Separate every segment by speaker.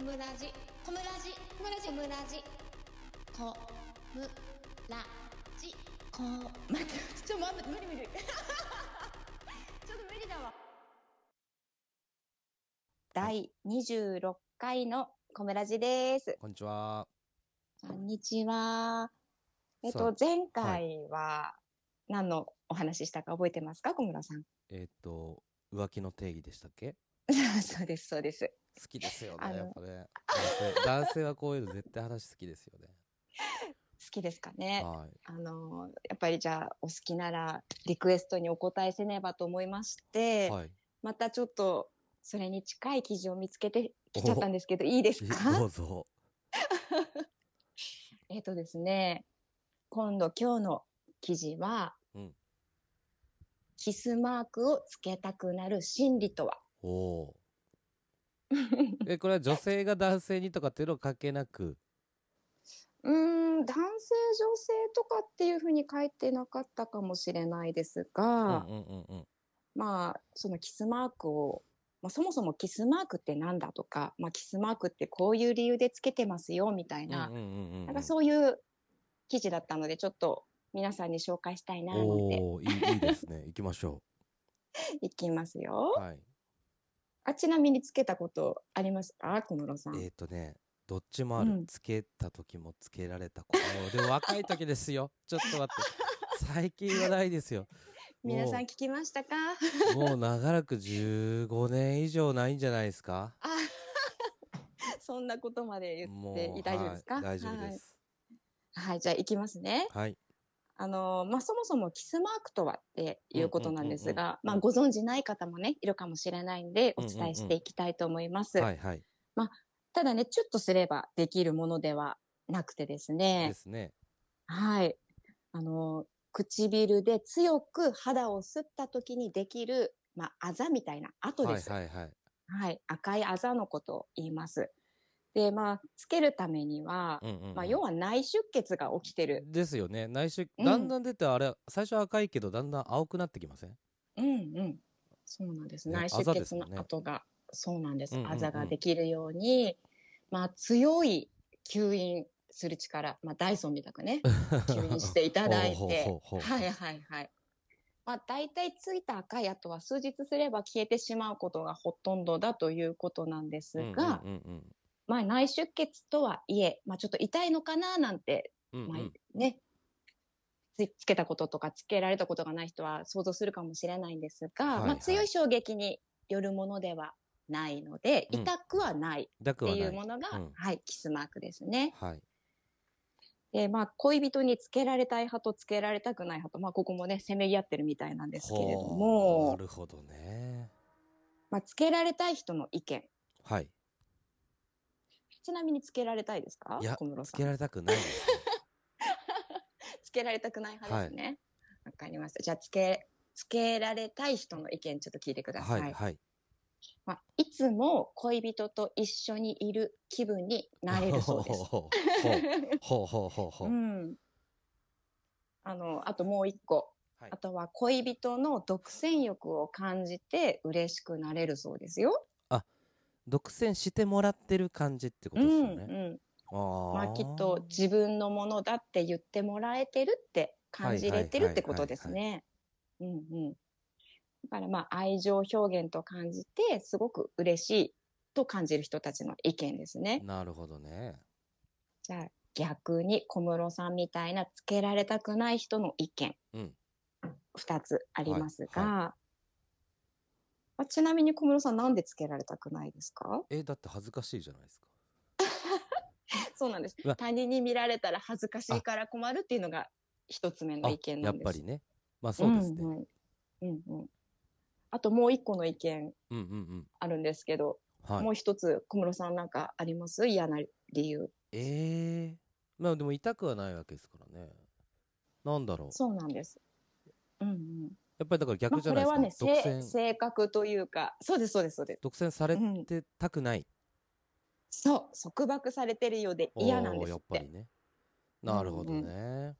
Speaker 1: ムラジコムラジコムラジコムラジコムラジコ待って ちょっと待って無理無理ちょっと無理だわ第26回のコムラジです
Speaker 2: こんにちは。
Speaker 1: こんにちはえっ
Speaker 2: さ
Speaker 1: と
Speaker 2: あ
Speaker 1: 前回は何のお話ししたか覚えてますか小村さん
Speaker 2: えっ、と、浮気の定義でしたっけ
Speaker 1: そうですそうです
Speaker 2: 好きですよ
Speaker 1: あ
Speaker 2: ね、
Speaker 1: の
Speaker 2: やっぱね。男性 男性はこういうの絶対話好きですよね。
Speaker 1: 好きですかね
Speaker 2: はい。
Speaker 1: あのやっぱりじゃあお好きならリクエストにお答えせねばと思いまして、
Speaker 2: はい。
Speaker 1: またちょっとそれに近い記事を見つけてきちゃったんですけどいいです
Speaker 2: いど
Speaker 1: か
Speaker 2: うぞ。
Speaker 1: えっとですね今度今日の記事は、
Speaker 2: うん
Speaker 1: キスマークをつけたくなる心理 とは
Speaker 2: おおー。え、これは女性が男性にとかっていうのを関係なく。
Speaker 1: うーん男性女性とかっていうふうに書いてなかったかもしれないです
Speaker 2: うんうん
Speaker 1: が、
Speaker 2: うんうん。
Speaker 1: まあそのキスマークを、まあ、そもそもキスマークってなんだとか、まあ、キスマークってこういう理由でつけてますよみたいな,、
Speaker 2: うんうんうんうん
Speaker 1: なんかそういう記事だったのでちょっと皆さんに紹介したいななんて
Speaker 2: おおーいいいいですね。行きましょ
Speaker 1: いきます
Speaker 2: う。
Speaker 1: よ。
Speaker 2: はい。
Speaker 1: あちなみにつけたことありますか小室さん。
Speaker 2: えっ、とね、どっちもある、
Speaker 1: うん
Speaker 2: つけた時もつけられたこともでも若い時ですよ。ちょっと待って。最近はないですよ。
Speaker 1: 皆さん
Speaker 2: もう
Speaker 1: 聞きましたか あ
Speaker 2: もう長らく15年以上ないんじゃないですか
Speaker 1: そんなことまで言
Speaker 2: も
Speaker 1: っ
Speaker 2: う
Speaker 1: て大丈夫ですか、
Speaker 2: はい、大丈夫です。
Speaker 1: はい、はいじゃあいきますね。
Speaker 2: はい。
Speaker 1: あのまあ、そもそもキスマークとはっていうことなんです
Speaker 2: うんうんうん
Speaker 1: が
Speaker 2: うん、
Speaker 1: まあ、ご存じない方もねいるかもしれないんでお伝えしていきたいと思います、
Speaker 2: はい、はい。
Speaker 1: ただねチュッとすればできるものではなくてですね
Speaker 2: ですね。
Speaker 1: はいあの唇で強く肌を擦った時にできる、まあ、あざみたいな跡
Speaker 2: は
Speaker 1: で
Speaker 2: い、
Speaker 1: す、
Speaker 2: はい、はい。
Speaker 1: はい赤いあざのことを言いますでまあつけるためには、
Speaker 2: うんうんうん
Speaker 1: まあ、要は内出血が起きてる、
Speaker 2: ですよね。内周、
Speaker 1: うん
Speaker 2: だんだん出て、あれ、最初赤いけど、だんだん青くなってきません
Speaker 1: うんうん、そうなんです。
Speaker 2: ね
Speaker 1: 内
Speaker 2: あざ
Speaker 1: 出
Speaker 2: で
Speaker 1: 血
Speaker 2: すもんね
Speaker 1: の跡が、そうなんです
Speaker 2: うんうん。うん
Speaker 1: あざができるように、まあ強い吸引する力、まあダイソンみたくね、 吸引していただい
Speaker 2: ほうほうほ
Speaker 1: て
Speaker 2: うほう、
Speaker 1: はいはいはい。まあ大体ついた赤い跡は数日すれば消えてしまうことがほとんどだということなんですが、
Speaker 2: うんうん
Speaker 1: まあ内出血とはいえ、まあちょっと痛いのかななんて
Speaker 2: うんうんうん
Speaker 1: ま
Speaker 2: う
Speaker 1: あ
Speaker 2: ん
Speaker 1: ね、つつけたこととかつけられたことがない人は想像するかもしれないんですが、
Speaker 2: はいはい
Speaker 1: まあ、強い衝撃によるものではないので、
Speaker 2: うん
Speaker 1: 痛くはない
Speaker 2: 痛く
Speaker 1: っ
Speaker 2: は
Speaker 1: て
Speaker 2: ない
Speaker 1: いうものが、
Speaker 2: うん
Speaker 1: はい、キスマークですね。
Speaker 2: はい。
Speaker 1: でまあ、恋人につけられたい派とつけられたくない派と、まあ、ここもねせめぎ合ってるみたいなんですけれど
Speaker 2: ほうな
Speaker 1: も、
Speaker 2: るほどね。
Speaker 1: まあ、つけられたい人の意見
Speaker 2: はい。
Speaker 1: ちなみにつけられたいですか
Speaker 2: いや
Speaker 1: 小室
Speaker 2: つ
Speaker 1: さん
Speaker 2: けられたくないですね。
Speaker 1: つけられたくない派ですね。わ、かりました。じゃあ、つけ、つけられたい人の意見ちょっと聞いてく ださ。
Speaker 2: はいい、
Speaker 1: い
Speaker 2: はい。
Speaker 1: まあ、いつも恋人と一緒にいる気分になれるそうです。
Speaker 2: ほうほうほうほうほうほ
Speaker 1: う
Speaker 2: うほう。
Speaker 1: ん。あの、あともう一個。
Speaker 2: はい
Speaker 1: あとは恋人の独占欲を感じて嬉しくなれるそうですよ。
Speaker 2: 独占してもらってる感じってこ
Speaker 1: う
Speaker 2: とです
Speaker 1: ん
Speaker 2: よね。
Speaker 1: うん。
Speaker 2: あ
Speaker 1: まあ
Speaker 2: ー
Speaker 1: きっと自分のものだって言ってもらえてるって感じれてるってことですね。うんうん。だからまあ愛情表現と感じてすごく嬉しいと感じる人たちの意見ですね。
Speaker 2: なるほどね。
Speaker 1: じゃあ逆に小室さんみたいなつけられたくない人の意見、
Speaker 2: うん
Speaker 1: 2つありますが、
Speaker 2: はい
Speaker 1: まあちなみに小室さんなんでつけられたくないですか
Speaker 2: え、だって恥ずかしいじゃないですか。
Speaker 1: そうなんです
Speaker 2: うわ
Speaker 1: 他人に見られたら恥ずかしいから困るっていうのが一つ目の
Speaker 2: あ
Speaker 1: 意見
Speaker 2: や
Speaker 1: な
Speaker 2: っ
Speaker 1: んです
Speaker 2: ぱりね。まあそうですね。
Speaker 1: う
Speaker 2: うんん
Speaker 1: うんうんうんあともう一個の意見
Speaker 2: うんうん。
Speaker 1: あるんですけど、
Speaker 2: はい
Speaker 1: も。う一つ小室さんなんかあります嫌な理由
Speaker 2: ええまあでも痛くはないわけですからね。なんだろう。
Speaker 1: そうなんですうんうん
Speaker 2: やっぱりだから
Speaker 1: ま
Speaker 2: 逆
Speaker 1: あ、
Speaker 2: じゃ
Speaker 1: こ
Speaker 2: な
Speaker 1: れ
Speaker 2: い
Speaker 1: はね
Speaker 2: ですか。独
Speaker 1: 性
Speaker 2: 占、
Speaker 1: 性格というかそうですそうですそうです
Speaker 2: 独占されてたくない。
Speaker 1: そう束縛されてるようで嫌なん
Speaker 2: お
Speaker 1: で
Speaker 2: ー
Speaker 1: す
Speaker 2: や
Speaker 1: っ
Speaker 2: っぱ
Speaker 1: て
Speaker 2: りね。なるほどね。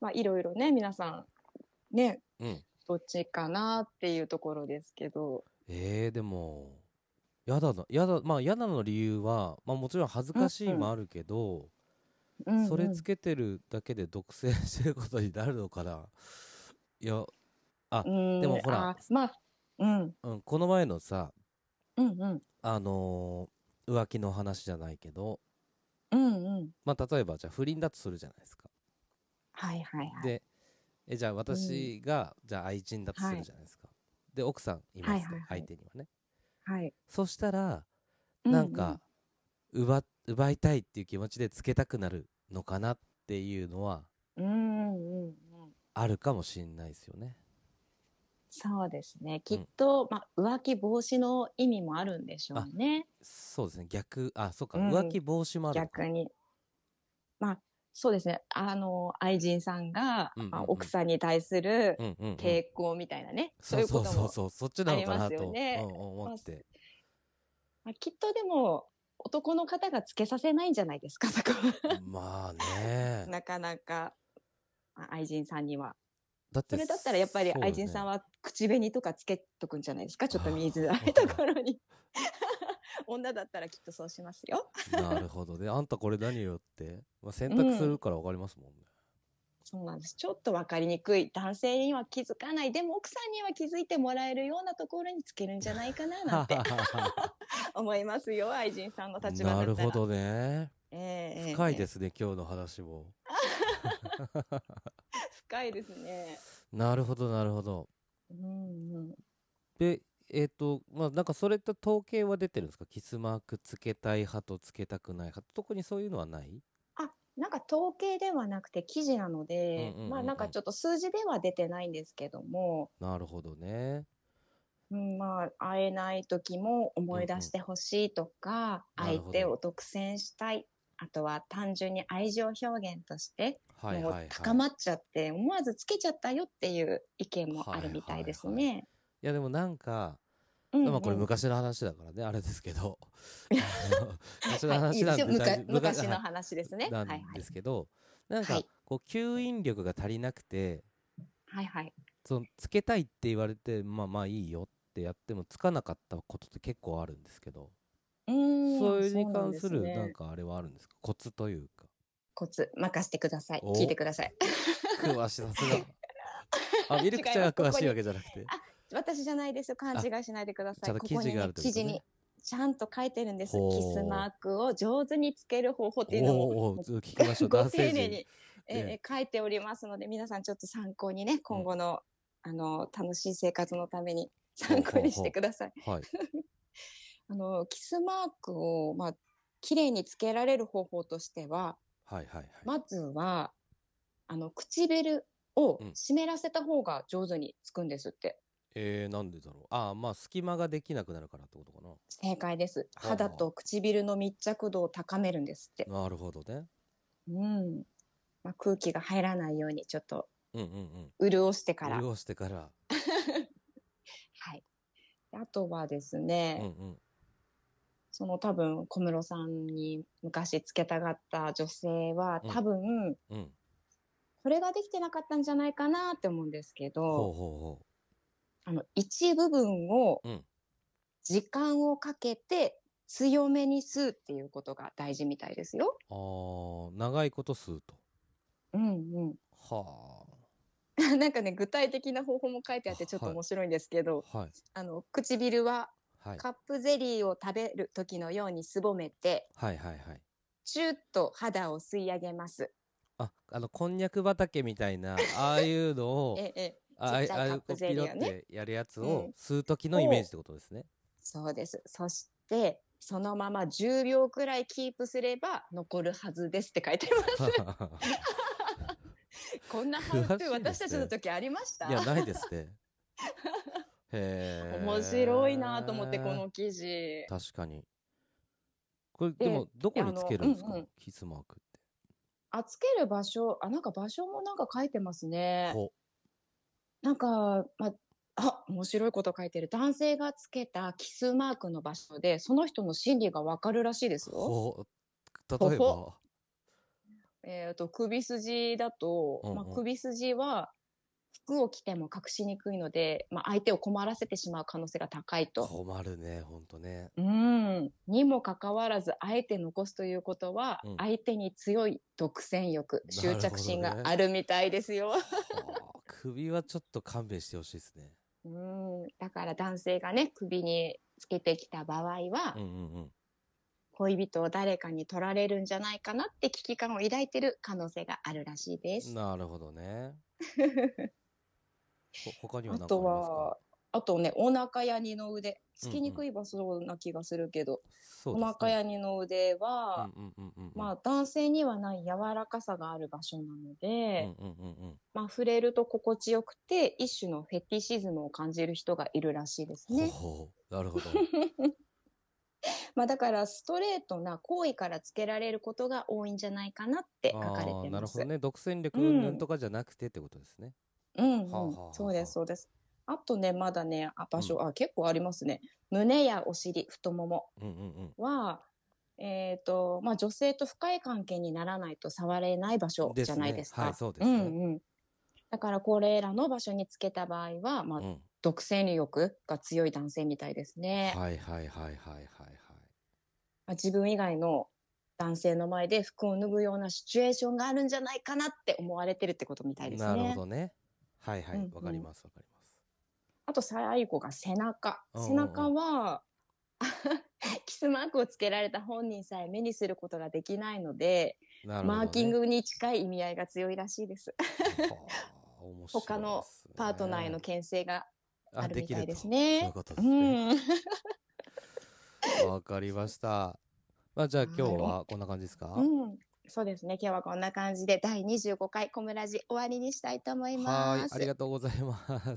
Speaker 1: まあいろいろね皆さんね
Speaker 2: うん。
Speaker 1: どっちかなっていうところですけど
Speaker 2: ええでも、やだなやだまあやだの理由は、まあ、もちろん恥ずかしい
Speaker 1: うんうん
Speaker 2: もあるけど、
Speaker 1: うんうん
Speaker 2: それつけてるだけで独占してることになるのかないや、
Speaker 1: うん
Speaker 2: でもほら
Speaker 1: あまあ、うん、
Speaker 2: うん、この前のさ
Speaker 1: うん、うん、
Speaker 2: あのー浮気の話じゃないけど、
Speaker 1: うん、うん。
Speaker 2: まあ、例えばじゃあ不倫だとするじゃないですか。
Speaker 1: はいはいはい。
Speaker 2: でえじゃあ私が、じゃあ愛人だとするじゃないですか。で奥さんいますと、
Speaker 1: はいはいはい
Speaker 2: 相手にはね。
Speaker 1: はい。
Speaker 2: そしたら
Speaker 1: う
Speaker 2: なんか、、奪奪いたいっていう気持ちでつけたくなるのかなっていうのは
Speaker 1: うん、うん、うん。
Speaker 2: あるかもしれないですよね。
Speaker 1: そうですね。きっと、まあ、浮気防止の意味もあるんでしょうね。
Speaker 2: そうですね逆あそうか、
Speaker 1: うん
Speaker 2: 浮気防止もあるのか
Speaker 1: 逆に。まあ、そうですね。あの、愛人さんが、
Speaker 2: うんうんうん
Speaker 1: まあ、奥さんに対する
Speaker 2: うんうんうん、
Speaker 1: 抵抗みたいなね。そ
Speaker 2: そう
Speaker 1: いううこ
Speaker 2: そ
Speaker 1: と
Speaker 2: うそう
Speaker 1: も。
Speaker 2: そうそっちなのかな
Speaker 1: あります
Speaker 2: と、
Speaker 1: よね
Speaker 2: うん、思って
Speaker 1: まあ、きっとでも、男の方がつけさせないんじゃないですか、そ こは。
Speaker 2: まあ ね
Speaker 1: なかなか、まあ愛人さんには。
Speaker 2: だっ
Speaker 1: そ
Speaker 2: て
Speaker 1: れだったらやっぱり
Speaker 2: そうよね
Speaker 1: 愛人さんは口紅とかつけとくんじゃないですか、ちょっと見づらいとこ ろに。 女だったらきっとそうしますよ。
Speaker 2: なるほどねあんたこれ何よって、まあ、選択するからわかりますもんね、
Speaker 1: そうなんです。ちょっとわかりにくい。男性には気づかない。でも奥さんには気づいてもらえるようなところにつけるんじゃないかな、なんて 思いますよ。愛人さんの立場だった
Speaker 2: な
Speaker 1: ら。
Speaker 2: るほ。どね
Speaker 1: ええ。
Speaker 2: 深いですすね今日の話も
Speaker 1: 深いですね。
Speaker 2: なるほどなるほど
Speaker 1: うんうん。
Speaker 2: でえっ、とまあなんかそれと統計は出てるんですかキスマークつけたい派とつけたくない派特にそういうのはない
Speaker 1: あ、なんか統計ではなくて記事なので、
Speaker 2: うんうんうんうん
Speaker 1: まあなんかちょっと数字では出てないんですけども、
Speaker 2: なるほどね
Speaker 1: うん、まあ会えない時も思い出してほしいとか、
Speaker 2: うんうんなる
Speaker 1: 相
Speaker 2: ほど
Speaker 1: 手を独占したいあとは単純に愛情表現として、
Speaker 2: はいはい、
Speaker 1: も
Speaker 2: は
Speaker 1: う
Speaker 2: い、
Speaker 1: 高まっちゃって思わずつけちゃったよっていう意見もあるみたいですね。
Speaker 2: いやでもなんか、
Speaker 1: うん
Speaker 2: まあこれ
Speaker 1: うん
Speaker 2: 昔の話だからねあれです けどあの昔の
Speaker 1: はいいい
Speaker 2: 話
Speaker 1: で
Speaker 2: な
Speaker 1: す
Speaker 2: んで
Speaker 1: よむか
Speaker 2: 大丈夫
Speaker 1: 昔
Speaker 2: 昔
Speaker 1: の話ですね。は
Speaker 2: ない
Speaker 1: はい
Speaker 2: んですけど、なん
Speaker 1: は
Speaker 2: か
Speaker 1: い
Speaker 2: こう吸引力が足りなくて
Speaker 1: はいはい。
Speaker 2: そのつけたいって言われてまあまあいいよってやってもつかなかったことって結構あるんですけど、
Speaker 1: うーん
Speaker 2: それに関す
Speaker 1: そう
Speaker 2: る
Speaker 1: なんですね
Speaker 2: なんかあれはあるんですかコツというか
Speaker 1: コツ任せてください。
Speaker 2: お
Speaker 1: 聞いてください。
Speaker 2: 詳しさす があミルクちゃんが詳しいわけじゃなくて
Speaker 1: 私じゃないですよ。勘違いしないでくださ
Speaker 2: ちゃ
Speaker 1: い。
Speaker 2: ん
Speaker 1: ことこ
Speaker 2: 記事
Speaker 1: に
Speaker 2: があ
Speaker 1: ね
Speaker 2: るとい
Speaker 1: 記
Speaker 2: うことね
Speaker 1: 事にちゃんと書いてるんです。キ
Speaker 2: ほう
Speaker 1: スマークを上手につける方法っていうの
Speaker 2: お
Speaker 1: を
Speaker 2: おおーちょっと聞きましょう
Speaker 1: ご
Speaker 2: 男性
Speaker 1: 丁寧
Speaker 2: 陣
Speaker 1: に、え
Speaker 2: え
Speaker 1: え書いておりますので、皆さんちょっと参考にね、今後の、あの、楽しい生活のために参考にしてください。
Speaker 2: はい
Speaker 1: あの、キスマークを、まあ、綺麗につけられる方法としては、
Speaker 2: はいはいはい、
Speaker 1: まずは、あの、唇を
Speaker 2: うん
Speaker 1: 湿らせた方が上手につくんですって。
Speaker 2: えー、なんでだろうああまあ隙間ができなくなるからってことか
Speaker 1: 正解です。
Speaker 2: ほう
Speaker 1: 肌と唇の密着度を高めるんですって。
Speaker 2: ななるほどね
Speaker 1: うん。まあ、空気が入らないように、ちょっと、
Speaker 2: うんうんうん
Speaker 1: 潤してから。
Speaker 2: 潤してから
Speaker 1: はい。であとはです
Speaker 2: う
Speaker 1: ね
Speaker 2: ん、うん
Speaker 1: その多分小室さんに昔つけたがった女性は
Speaker 2: うん
Speaker 1: 多分
Speaker 2: うん
Speaker 1: これができてなかったんじゃないかなって思うんですけ
Speaker 2: ほう
Speaker 1: ど、
Speaker 2: ほ
Speaker 1: あの一部分を
Speaker 2: うん
Speaker 1: 時間をかけて強めに吸うっていうことが大事みたいですよ。
Speaker 2: うほうああ長いこと吸うと
Speaker 1: うん
Speaker 2: は
Speaker 1: うん。 なんかね、具体的な方法も書いてあってちょっと
Speaker 2: はい
Speaker 1: 面白いんですけど、
Speaker 2: あはい
Speaker 1: あの、唇は
Speaker 2: はい
Speaker 1: カップゼリーを食べる時のようにすぼめて、
Speaker 2: はいはいはい
Speaker 1: チューッと肌を吸い上げます。
Speaker 2: ああのこんにゃく畑みたい なああいうのを
Speaker 1: ええ、ええ
Speaker 2: ああ
Speaker 1: ち
Speaker 2: い
Speaker 1: っちゃい
Speaker 2: ああい
Speaker 1: カッ
Speaker 2: う
Speaker 1: プ
Speaker 2: こう
Speaker 1: ゼ
Speaker 2: ピ
Speaker 1: リー
Speaker 2: ロ
Speaker 1: を
Speaker 2: っ
Speaker 1: ね
Speaker 2: てやるやつ
Speaker 1: う
Speaker 2: を
Speaker 1: ん
Speaker 2: 吸う時のイメージってことで すね、
Speaker 1: そうです。そして、そのまま10秒くらいキープすれば残るはずですって書いてあります。 こんなハウトゥ
Speaker 2: 詳しいで
Speaker 1: ー
Speaker 2: すね
Speaker 1: 私たちの時ありました
Speaker 2: いやないです ねへえ
Speaker 1: 面白いなと思って、この記事。
Speaker 2: 確かにこれ
Speaker 1: で
Speaker 2: でもどこ
Speaker 1: あ
Speaker 2: に
Speaker 1: の
Speaker 2: つけるんですか、
Speaker 1: うんうん
Speaker 2: キスマークって
Speaker 1: あ、つける場所、あ、なんか場所もなんか書いてますね。
Speaker 2: ほ
Speaker 1: なんか、ま、あ、面白いこと書いてる。男性がつけたキスマークの場所で、その人の心理がわかるらしいですよ。
Speaker 2: ほ例えば
Speaker 1: ほえっ、と、首筋だと、
Speaker 2: うんうん
Speaker 1: まあ、首筋は服を着ても隠しにくいので、まあ、相手を困らせてしまう可能性が高いと。
Speaker 2: 困るね、ほんと ね。
Speaker 1: うん。にもかかわらず、あえて残すということは、
Speaker 2: うん
Speaker 1: 相手に強い独占欲、
Speaker 2: なる
Speaker 1: 執
Speaker 2: ほどね
Speaker 1: 着心があるみたいですよ。
Speaker 2: はあ首はちょっと勘弁してほしいですね。
Speaker 1: うん。だから男性がね、首につけてきた場合は、
Speaker 2: うんうんうん。
Speaker 1: 恋人を誰かに取られるんじゃないかなって危機感を抱いてる可能性があるらしいです。
Speaker 2: なるほ どね。ほ他には
Speaker 1: あと
Speaker 2: 何かありますか
Speaker 1: は、あとね、お腹や二の腕。つ
Speaker 2: うんう
Speaker 1: き
Speaker 2: ん
Speaker 1: にくい場所な気がするけど、
Speaker 2: そう
Speaker 1: お腹
Speaker 2: ね
Speaker 1: や二の腕は、
Speaker 2: うんうんうんうんうん、
Speaker 1: まあ男性にはない柔らかさがある場所なの
Speaker 2: うん
Speaker 1: で、
Speaker 2: うんうんうん
Speaker 1: まあ触れると心地よくて、一種のフェティシズムを感じる人がいるらしいですね。
Speaker 2: ほうなるほ ど。
Speaker 1: まあだからストレートな行為からつけられることが多いんじゃないかなって書かれ
Speaker 2: あー
Speaker 1: て
Speaker 2: な
Speaker 1: ま
Speaker 2: る
Speaker 1: す。
Speaker 2: ほどね。独占力
Speaker 1: うん
Speaker 2: 云々とかじゃなくてってことですね。
Speaker 1: うん、
Speaker 2: はあはあは
Speaker 1: う
Speaker 2: あ
Speaker 1: ん、そうです、そうです。あとね、まだね、あ場所、あ、結構ありますね。胸やお尻、太もも
Speaker 2: うんうんうん。
Speaker 1: は、えっ、と、まあ女性と深い関係にならないと触れない場所じゃないですか。
Speaker 2: ね、はい、そうですね。
Speaker 1: うんうん。だからこれらの場所につけた場合は、まあ、
Speaker 2: うん
Speaker 1: 独占欲が強い男性みたいですね。
Speaker 2: はいはいはいはいはいはい。
Speaker 1: まあ、自分以外の男性の前で服を脱ぐようなシチュエーションがあるんじゃないかなって思われてるってことみたいです
Speaker 2: なる
Speaker 1: ね
Speaker 2: ほ。どね。はいはい。
Speaker 1: う
Speaker 2: わ、
Speaker 1: んうん
Speaker 2: かりますわかります。
Speaker 1: あと最後が背中。
Speaker 2: うんうん
Speaker 1: 背中は、 キスマークをつけられた本人さえ目にすることができないので、
Speaker 2: なるほど、ね。
Speaker 1: マーキングに近い意味合いが強いらしいです。
Speaker 2: はあ。面白い
Speaker 1: 他の
Speaker 2: ですね
Speaker 1: パートナーへの牽制が。
Speaker 2: あ
Speaker 1: あるみたい
Speaker 2: きる
Speaker 1: で
Speaker 2: と
Speaker 1: すね
Speaker 2: そういうことで
Speaker 1: う
Speaker 2: すね。
Speaker 1: ん。
Speaker 2: わ、かりました。まあじゃあ今日はこんな感じですか、
Speaker 1: うん、そうですね。今日はこんな感じで第25回コムラジ終わりにしたいと思い
Speaker 2: は
Speaker 1: ま
Speaker 2: ーい。
Speaker 1: す。
Speaker 2: ありがとうございます。